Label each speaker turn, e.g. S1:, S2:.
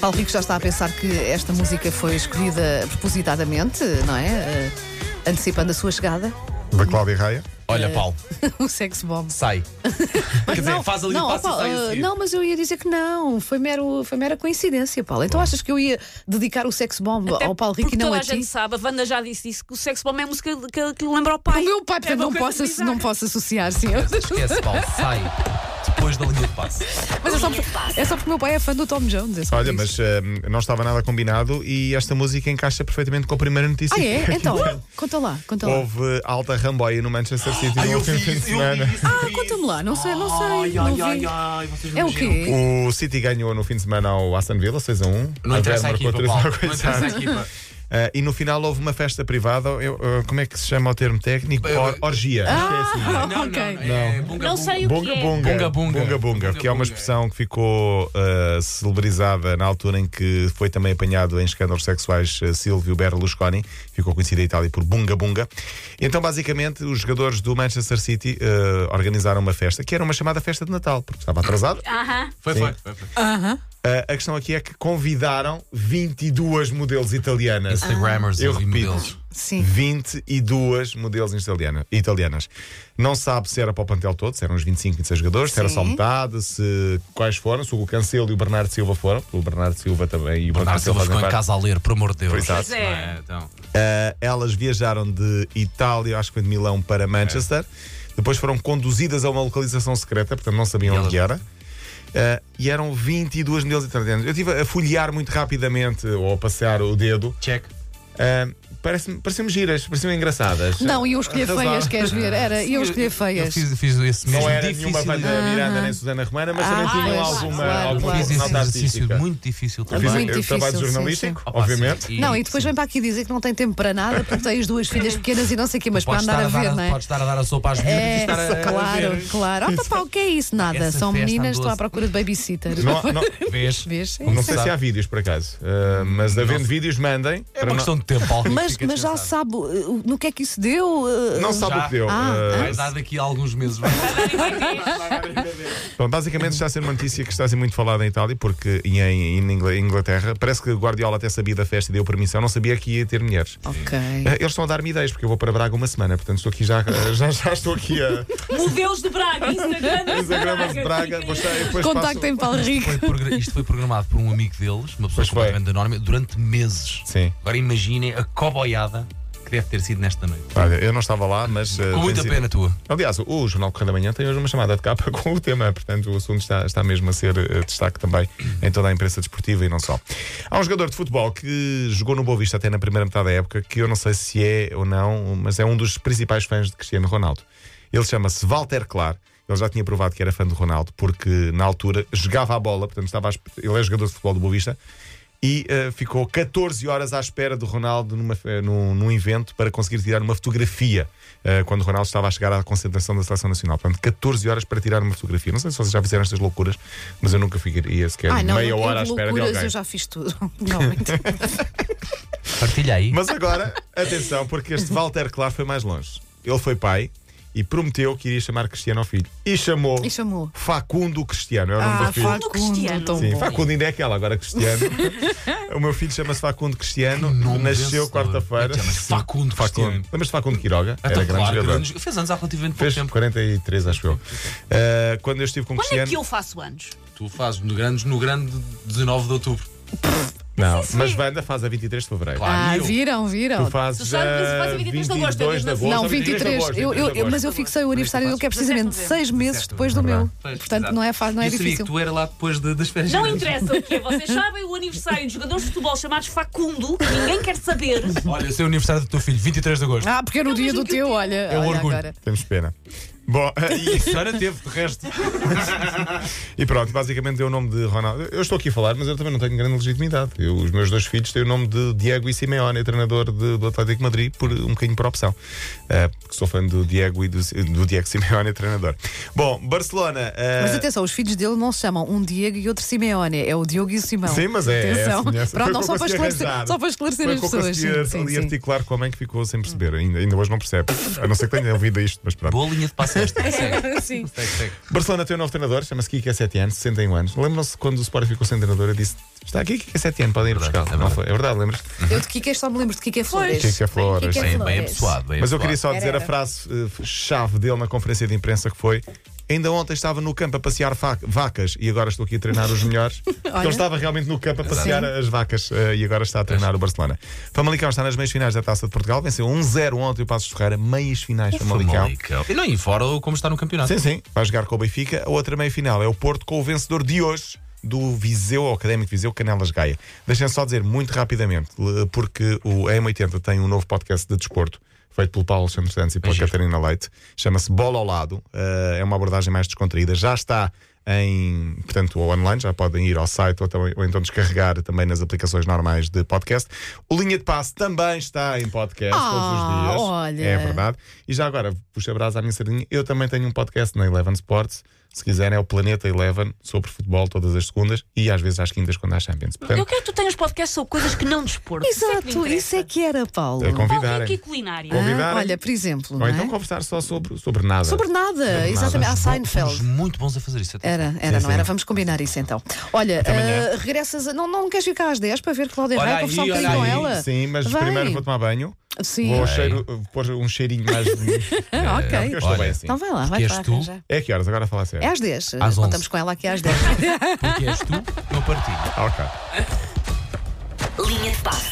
S1: Paulo Rico já está a pensar que esta música foi escolhida propositadamente, não é? Eh, antecipando a sua chegada,
S2: Da Cláudia Raia.
S1: Eh,
S3: Olha, Paulo,
S1: o sex bomb.
S3: sai. Quer dizer, faz ali o passo e
S1: opa,
S3: sai a
S1: ah,
S3: seguir.
S1: não, mas eu ia dizer que não, foi, mero, foi mera coincidência, Paulo. Então achas que eu ia dedicar o sex bomb
S4: Até
S1: ao Paulo Rico
S4: porque
S1: e não
S4: toda
S1: a
S4: a gente
S1: ti?
S4: sabe, a Wanda já disse isso, que o sexo bomb é a música que, que lembra ao
S1: O
S4: pai.
S1: meu pai, portanto,
S4: uma
S1: não
S4: coisa
S1: posso, asso-
S4: bizarra.
S1: não posso associar, sim.
S3: Esquece, Paulo, sai. Depois da linha de passe.
S1: Mas é só, por- é só porque o meu pai é fã do Tom Jones. é só por
S2: Olha,
S1: isso.
S2: mas hum, não estava nada combinado e esta música encaixa perfeitamente com a primeira notícia.
S1: Ah, é? Então, Ah, conta lá, conta lá.
S2: Houve alta ramboia no Manchester City no último um fim de semana.
S1: Ah, conta-me lá, não sei, não sei. não vi. é o quê?
S2: O City ganhou no fim de semana ao Aston Villa, 6 a 1.
S3: Não
S2: A
S3: interessa a
S2: Werner
S3: equipa,
S2: contra-
S3: Paulo.
S2: coisa.
S3: Não interessa a equipa.
S2: Ah, e no final houve uma festa privada, eu, ah, como é que se chama o termo técnico? Or- orgia. Acho que é assim.
S1: Ah,
S3: Não,
S1: ok.
S3: não, é bunga,
S4: Não
S3: bunga.
S4: sei o
S2: Bunga
S4: que é.
S2: bunga.
S3: Bunga bunga.
S2: bunga bunga, que é uma expressão que ficou uh, celebrizada na altura em que foi também apanhado em escândalos sexuais uh, Silvio Berlusconi, ficou conhecido em Itália por bunga bunga. Então, basicamente, os jogadores do Manchester City uh, organizaram uma festa, que era uma chamada festa de Natal, porque estava atrasado.
S4: Aham.
S3: Foi, foi, foi, foi.
S2: Uh, a questão aqui é que convidaram 22 modelos italianas.
S3: Instagrammers,
S2: Ah. Eu
S3: eu vi
S2: repito.
S3: modelos.
S1: Sim.
S2: 22 modelos italiana- italianas. Não sabe se era para o plantel todo, se eram uns 25, 26 jogadores, se era só
S1: Sim.
S2: metade, se quais foram, se o Cancelo e o Bernardo Silva foram. O Bernardo Silva também e o
S3: Bernardo
S2: Bernardo
S3: Silva
S2: Silva
S3: ficou
S2: fazem
S3: em
S2: parte.
S3: casa a ler, por amor de Deus.
S2: Exato.
S4: Pois é.
S3: Não então.
S2: Ah, elas viajaram de Itália, acho que foi de Milão
S3: É.
S2: para Manchester. Depois foram conduzidas a uma localização secreta, portanto não sabiam
S3: E
S2: onde era. Ah, e eram 22 modelos italianos. Eu estive a folhear muito rapidamente ou a passear o dedo.
S3: Check.
S2: Ah, parece-me- Pareciam giras, pareciam engraçadas.
S1: Não, e eu escolhi
S2: Arrasado.
S1: feias, queres ver? Era, e eu escolhi
S3: Eu
S1: feias.
S3: fiz, fiz esse mesmo
S2: Não era
S3: difícil. né?
S2: nenhuma banda Miranda nem Susana Romana, mas também
S1: Ah,
S2: tinham
S1: claro,
S2: alguma,
S1: claro,
S2: alguma
S1: claro.
S3: Fiz esse
S2: nota
S3: exercício
S2: artística.
S3: muito difícil
S2: Eu fiz
S3: também.
S1: Muito
S2: eu- trabalho
S1: difícil,
S2: jornalístico,
S3: Opa,
S2: obviamente.
S3: sim.
S1: Não, e depois vem para aqui dizer que não tem tempo para nada porque tens duas filhas pequenas e não sei o quê, mas para
S3: Podes
S1: andar a
S3: estar a
S1: ver,
S3: dar-
S1: não é?
S3: Podes estar a dar a sopa às miúdas e
S1: É,
S3: estar a- a
S1: claro,
S3: ver.
S1: claro. Ah, papá, o que é isso? Nada,
S3: Essa
S1: são
S3: festa
S1: meninas, estou
S3: doce.
S1: à procura de babysitter.
S2: Não, não,
S3: Vês?
S1: Vês? É
S2: não
S1: isso.
S2: sei se há vídeos, por acaso, Ah, mas havendo vídeos, mandem.
S3: É uma questão de tempo, Paulo. Rico,
S1: Mas,
S3: fica
S1: mas já
S3: descansado.
S1: sabe uh, no que é que isso deu? uh,
S2: Não sabe
S3: Já.
S2: o que deu.
S1: Ah,
S2: Ah,
S3: Vai dar daqui a alguns meses. vai.
S4: é.
S2: Bom, então, basicamente está a ser uma notícia que está a ser muito falada em Itália porque, e em, em Ingl- em Inglaterra. Parece que Guardiola até sabia da festa e deu permissão, não sabia que ia ter mulheres.
S1: Ok.
S2: Ah, Eles estão a dar-me ideias, porque eu vou para Braga uma semana, portanto estou aqui já, eh, já, já estou aqui a
S4: Modelos de Braga, Instagram
S2: Instagram de Braga. Vou estar, depois faço-
S1: Contactem Paulo Rico.
S3: Foi progra- Isto foi programado por um amigo deles, uma pessoa
S2: Pois foi.
S3: completamente anónima, durante meses.
S2: Sim.
S3: Agora imaginem a coboiada que deve ter sido nesta noite.
S2: Olha, eu não estava lá, mas. ah,
S3: Com
S2: tem
S3: muita
S2: sido-
S3: pena tua.
S2: Aliás, o Jornal Correio da Manhã tem hoje uma chamada de capa com o tema, portanto o assunto está, está mesmo a ser eh, destaque também em toda a imprensa desportiva e não só. Há um jogador de futebol que jogou no Boa Vista até na primeira metade da época, que eu não sei se é ou não, mas é um dos principais fãs de Cristiano Ronaldo. Ele chama-se Walter Clar. Ele já tinha provado que era fã de Ronaldo, porque na altura jogava a bola, portanto estava à esp- ele é jogador de futebol do Boa Vista, e eh, ficou 14 horas à espera de Ronaldo numa, fe- num, num evento para conseguir tirar uma fotografia eh, quando Ronaldo estava a chegar à concentração da Seleção Nacional. Portanto, 14 horas para tirar uma fotografia. Não sei se vocês já fizeram estas loucuras, mas eu nunca ficaria sequer
S1: Ai, não,
S2: meia
S1: eu- eu
S2: hora à
S1: de
S2: espera de
S1: loucuras,
S2: alguém.
S1: Eu já fiz tudo. Não, mentira.
S3: Partilha aí.
S2: Mas agora, atenção, porque este Walter Clar foi mais longe. Ele foi pai e prometeu que iria chamar Cristiano ao filho. E chamou,
S1: E chamou.
S2: Facundo Cristiano. É o nome
S1: Ah,
S2: do filho.
S1: Facundo,
S4: Cristiano.
S1: tão
S2: Sim,
S1: bom.
S2: Facundo ainda é aquela, agora Cristiano. o meu filho chama-se Facundo Cristiano,
S3: nome
S2: nasceu
S3: desse,
S2: quarta-feira.
S3: não é? Chama-se
S2: Sim.
S3: Facundo Cristiano.
S2: Lembras-te de Facundo Quiroga?
S3: Ah, então,
S2: Era grande
S3: claro,
S2: jogador.
S3: grande- Fez anos há relativamente pouco
S2: Fez
S3: tempo.
S2: 43, acho eu. Ah, quando eu estive com
S4: Quando é
S2: Cristiano.
S4: que eu faço anos?
S3: Tu fazes no, grandes, no grande 19 de outubro.
S2: Não, mas Wanda faz a 23 de fevereiro.
S3: Claro.
S1: Ah,
S3: eu.
S1: viram, viram.
S2: Tu fazes.
S4: Tu sabes que se faz a
S2: ah,
S4: 23 de agosto, é
S2: 22 de
S4: mesmo assim.
S2: agosto,
S1: Não,
S2: ou 23 de
S1: 23.
S2: agosto,
S1: Eu, eu-
S2: 23 de
S1: mas
S2: agosto.
S1: eu fixei o aniversário dele, que é precisamente
S4: 17 de
S1: 6 meses depois do meu.
S2: Verdade.
S3: é Pois,
S1: Portanto,
S3: exato.
S1: não é fácil, não é
S3: eu sabia que
S1: difícil.
S3: tu era lá depois de- das férias.
S4: Não interessa o que é. Vocês sabem o aniversário de jogadores de futebol chamados Facundo, que ninguém quer saber.
S3: Olha, esse é o aniversário do teu filho, 23 de agosto.
S1: Ah, porque é no dia
S4: mesmo
S1: do
S4: que
S1: teu,
S4: eu tenho.
S1: olha,
S3: É um
S1: olha
S3: orgulho.
S1: agora.
S2: Temos pena. Bom, ah, e
S3: A senhora teve, de resto.
S2: E pronto, basicamente deu o nome de Ronaldo. Eu estou aqui a falar, mas eu também não tenho grande legitimidade. Eu- os meus dois filhos têm o nome de Diego e Simeone, treinador de- do Atlético de Madrid, por um bocadinho por opção. Ah, porque sou fã do Diego e do, do Diego Simeone, treinador. Bom, Barcelona. ah,
S1: Mas atenção, os filhos dele não se chamam um Diego e outro Simeone, é o Diogo e o Simão.
S2: Sim, mas é. é a
S1: Atenção.
S2: semelhança.
S1: Pronto,
S2: Foi
S1: não,
S2: o que
S1: só
S2: eu
S1: para
S2: consegui
S1: esclarecer,
S2: arranjar.
S1: só para esclarecer
S2: Foi
S1: as
S2: o que eu
S1: pessoas.
S2: consegui
S1: Sim,
S2: ali
S1: sim, sim.
S2: articular com a mãe que ficou sem perceber. Ainda, ainda hoje não percebe. A não ser que tenha ouvido isto, mas pronto.
S3: Boa linha de passe Hashtag segue.
S5: Sim.
S3: Hashtag segue.
S2: Barcelona tem um novo treinador, chama-se Kika Setién, 61 anos. Lembram-se quando o Sport ficou sem treinador? Eu disse: está aqui Kika Setién, podem ir
S3: Verdade,
S2: buscar.
S3: é verdade.
S2: É verdade, lembras?
S1: Eu de Kika só me lembro de Kika Flores.
S2: Kika Flores.
S5: Kika
S3: Bem, bem
S5: Flores.
S3: apessoado. bem
S2: Mas eu
S3: apessoado.
S2: queria só
S5: Era,
S2: dizer a
S5: era.
S2: frase eh, chave dele na conferência de imprensa que foi. Ainda ontem estava no campo a passear fa- vacas e agora estou aqui a treinar os melhores. então estava realmente no campo a passear as vacas eh, e agora está a treinar o Barcelona. Famalicão está nas meias finais da Taça de Portugal, venceu 1-0 ontem o Passos Ferreira, meias finais Famalicão.
S3: Famalicão. E não, e fora o como está no campeonato.
S2: Sim, sim, vai jogar com o Benfica. A outra meia final é o Porto com o vencedor de hoje do Viseu, ao Académico Viseu Canelas Gaia. Deixem-me só dizer muito rapidamente, l- porque o M80 tem um novo podcast de desporto. Feito pelo Paulo Santos Santos e pela
S3: Bem É giro.
S2: Catarina Leite, chama-se Bola ao Lado, Eh, é uma abordagem mais descontraída. Já está em, portanto, online, já podem ir ao site ou, também- ou então descarregar também nas aplicações normais de podcast. O Linha de Passo também está em podcast
S1: Ah,
S2: todos os dias.
S1: olha.
S2: É verdade verdade. E já agora, puxa a brasa à minha sardinha, eu também tenho um podcast na Eleven Sports. Se quiserem, é o Planeta Eleven sobre futebol todas as segundas e às vezes às quintas quando há Champions.
S4: Eu
S2: Portanto,
S4: quero que tu tenhas podcasts sobre coisas que não desporto.
S1: Exato, isso é que era, Paulo.
S2: é
S4: Convidarem. aqui
S2: convidarem.
S4: culinária.
S1: Ah,
S2: convidar-
S1: olha, por exemplo. não
S2: Ou
S1: é?
S2: então conversar só sobre, sobre nada.
S1: Sobre nada, exatamente. Ah,
S3: Nós somos
S1: Seinfeld. É.
S3: muito bons a fazer isso. atenção.
S1: Era, era,
S2: Sim,
S1: não
S2: sim.
S1: era? Vamos combinar isso então. Olha,
S2: Amanhã.
S1: ah, regressas. a- Não, não queres ficar às 10 para ver Cláudia
S3: Olha
S1: Raia
S3: aí,
S1: conversar um
S3: olha
S1: bocadinho com
S3: aí.
S1: ela?
S2: Sim, mas
S1: Vai.
S2: primeiro vou tomar banho,
S1: Sim.
S2: vou
S3: Vai.
S2: cheiro, pôr um cheirinho mais.
S1: Ah, ok.
S2: Eu estou
S3: Olha.
S2: bem assim.
S1: Então vai lá, vai
S3: és
S1: lá
S3: tu?
S1: arranjar.
S2: É que horas? Agora fala sério.
S1: É às 10.
S3: Às
S1: Contamos
S3: 11.
S1: com ela aqui às 10.
S3: Porque és tu, eu partilho.
S2: Ah, ok.
S6: Linha de passe.